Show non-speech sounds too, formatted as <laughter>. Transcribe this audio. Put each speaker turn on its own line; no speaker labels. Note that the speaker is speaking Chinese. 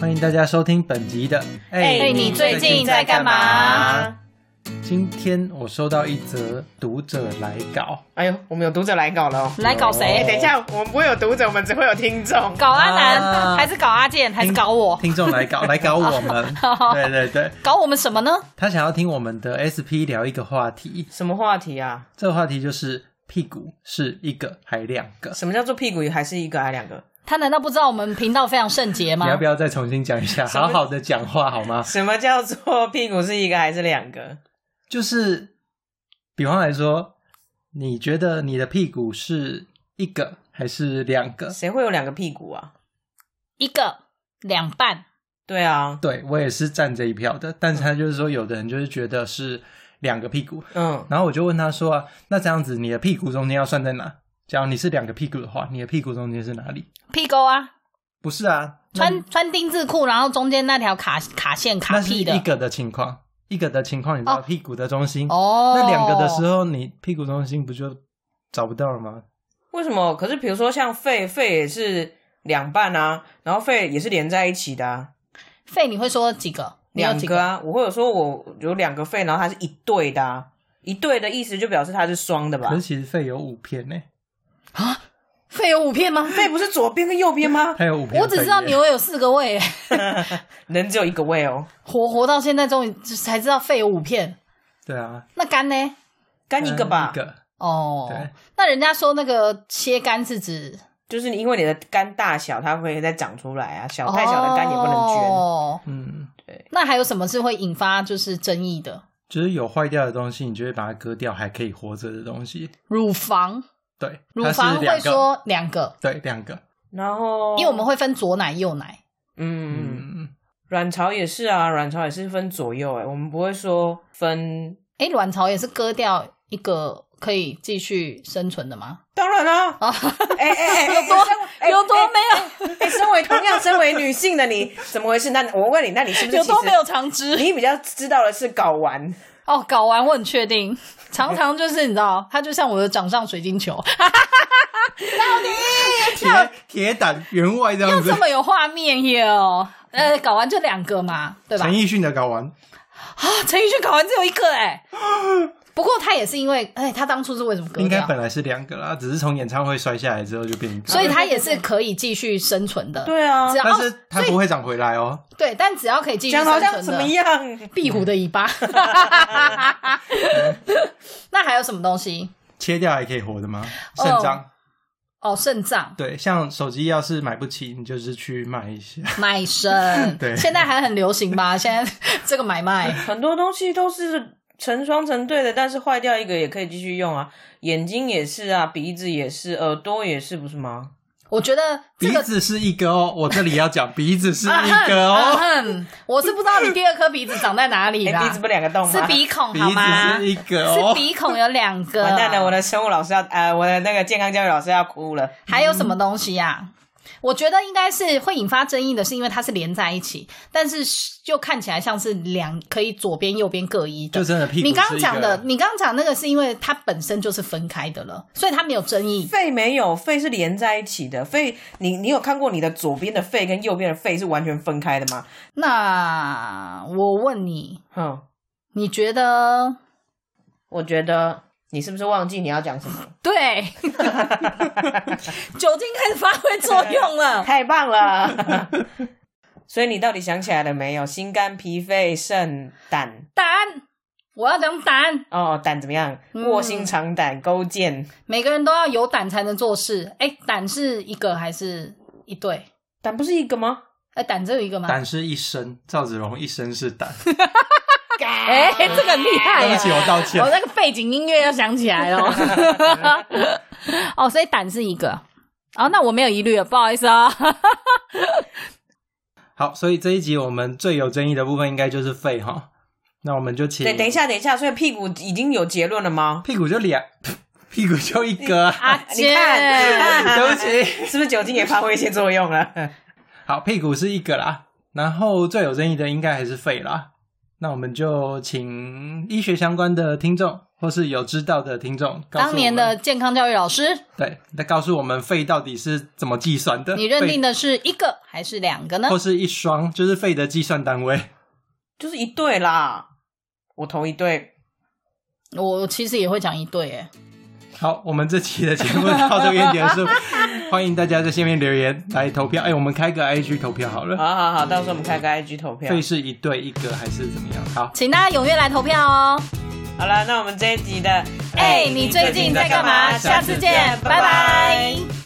欢迎大家收听本集的。
哎你最近在干嘛？
今天我收到一则读者来稿，
哎呦，我们有读者来稿了哦！
来搞谁？
哎、等一下，我们不会有读者，我们只会有听众。
搞阿南、
啊
还是搞阿健还是
听
搞我？
听众来
<laughs>
稿，来搞我们。对对对，
搞我们什么呢？
他想要听我们的 SP 聊一个话题，
什么话题啊？
这个话题就是屁股是一个还两个。
什么叫做屁股还是一个还两个？
他难道不知道我们频道非常圣洁吗
你？要不要再重新讲一下？
什么
好好的讲话好吗？
什么叫做屁股是一个还是两个？
就是，比方来说，你觉得你的屁股是一个还是两个？
谁会有两个屁股啊？
一个两半，
对啊，
对我也是站这一票的，但是他就是说，有的人就是觉得是两个屁股，
嗯，
然后我就问他说、啊，那这样子你的屁股中间要算在哪？假如你是两个屁股的话，你的屁股中间是哪里？
屁沟啊，
不是啊，那
穿穿丁字裤，然后中间那条卡卡线卡
那是
屁
一
的。
个的情况，一个的情况你到
哦
屁股的中心，
哦，
那两个的时候你屁股中心不就找不到了吗？
为什么？可是比如说像肺，肺也是两半啊，然后肺也是连在一起的、啊，
肺你会说几个？你有
两
几
个啊。我会有说我有两个肺，然后它是一对的、啊，一对的意思就表示它是双的吧
啊
可是？其实肺有五片呢、
肺有五片吗？
肺不是左边跟右边吗？
它有五片肺耶。
我只知道牛有四个胃，
人只有一个胃哦。
活活到现在终于才知道肺有五片。
对啊，
那肝呢？
干一个吧
一，个
哦
对，
那人家说那个切肝是指
就是因为你的肝大小，它会再长出来啊，小太小的肝也不能捐。
哦
嗯，
那还有什么是会引发就是争议的？
就是有坏掉的东西，你就会把它割掉，还可以活着的东西。
乳房，
对，
乳
它是
房会
两个
说两个，
对两个，
然后，
因为我们会分左奶右奶。
嗯，
嗯，
卵巢也是啊，卵巢也是分左右哎、我们不会说分，
哎，卵巢也是割掉一个可以继续生存的吗？
当然啦、
<laughs>
啊，
啊，
哎哎哎，
有多有多没有
有？哎，身为同样身为女性的你，怎么回事？那我问你，那你是不是
有
其
多没
实
有常知？
你比较知道的是睾
<laughs>
丸？
哦，睾丸我很确定，常常就是你知道，它就像我的掌上水
<laughs>
晶球，
铁铁胆员外这样
又
子
哎这。么有画面耶哦。呃，睾丸就两个嘛，对吧？
陈奕迅的睾丸，
啊，陈奕迅睾丸只有一个哎、不过他也是因为，哎、他当初是为什么割掉？
应该本来是两个啦，只是从演唱会摔下来之后就变一个。
所以它也是可以继续生存的。
对啊
只，要
但是
哦
它不会长回来哦。
对，但只要可以继续
讲
生
得好像
存
怎么
的，
样？
壁虎的尾巴。
嗯
<laughs> 那还有什么东西？
切掉还可以活的吗？
哦
肾脏，
哦，肾脏、
对，像手机要是买不起，你就是去卖一下。
卖肾，
<laughs> 对
现在还很流行吧？现在 <laughs> 这个买卖，
很多东西都是成双成对的，但是坏掉一个也可以继续用啊。眼睛也是啊，鼻子也是，耳朵也是，不是吗？
我觉得这
鼻
个。
子是一个哦，我这里要
<laughs>
讲鼻子是一个
啊
哦，
哼，我是不知道你第二颗鼻子长在哪里
哎、
啦，
鼻子不两个洞吗？
是鼻孔
鼻
啊好吗
子？是一个
是
哦。
鼻孔有两个，
完
<laughs>
蛋了，我的生物老师要呃，我的那个健康教育老师要哭了。
还有什么东西呀、我觉得应该是会引发争议的，是因为它是连在一起，但是就看起来像是两可以左边右边各一的。
就真的屁股是一
你
个
刚刚讲的，你刚刚讲那个是因为它本身就是分开的了，所以它没有争议。
肺没有，肺是连在一起的。肺，你你有看过你的左边的肺跟右边的肺是完全分开的吗？
那我问你，
哼，
你觉得
我觉得你是不是忘记你要讲什
<laughs>
么？
对？酒精开始发挥作用
<laughs>
了。
太棒了！所以你到底想起来了没有？心肝脾肺肾胆
胆，我要讲胆，
哦，胆怎么样？
嗯
卧薪尝胆，勾践
每个人都要有胆才能做事。哎，胆是一个还是一对？
胆不是一个吗？
哎，胆只有一个吗？
胆是一身，赵子龙一身是胆。
<laughs> 哎、这个很厉
对
害
不
呀！
起，我道歉
我。那个背景音乐要响起来哦。 <laughs> 哦，所以胆是一个。哦，那我没有疑虑了，不好意思哦。
好，所以这一集我们最有争议的部分应该就是肺哈。那我们就请
对，等一下，等一下，所以屁股已经有结论了吗？
屁股就两， <laughs> 屁股就一个啊。
<laughs> 阿
你啊
<laughs>
看，
对不起，
是不是酒精也发挥一些作用了？
好，屁股是一个啦，然后最有争议的应该还是肺啦。那我们就请医学相关的听众，或是有知道的听众，告诉
当年
我们
的健康教育老师，
对，那告诉我们肺到底是怎么计算的？
你认定
的，
的是一个还是两个呢
或？是一双，就是肺的计算单位。
就是一对啦，我投一对。
我其实也会讲一对，哎，
好，我们这期的节目到这边结束，
<laughs>
欢迎大家在下面留言来投票。哎、我们开个 IG 投票好了，
好好好，到时候我们开个 IG 投票
肺。是一对一个还是怎么样？好，
请大家踊跃来投票哦。哎
好了，那我们这一集的，哎
哎，你最近在干嘛？下次见，拜拜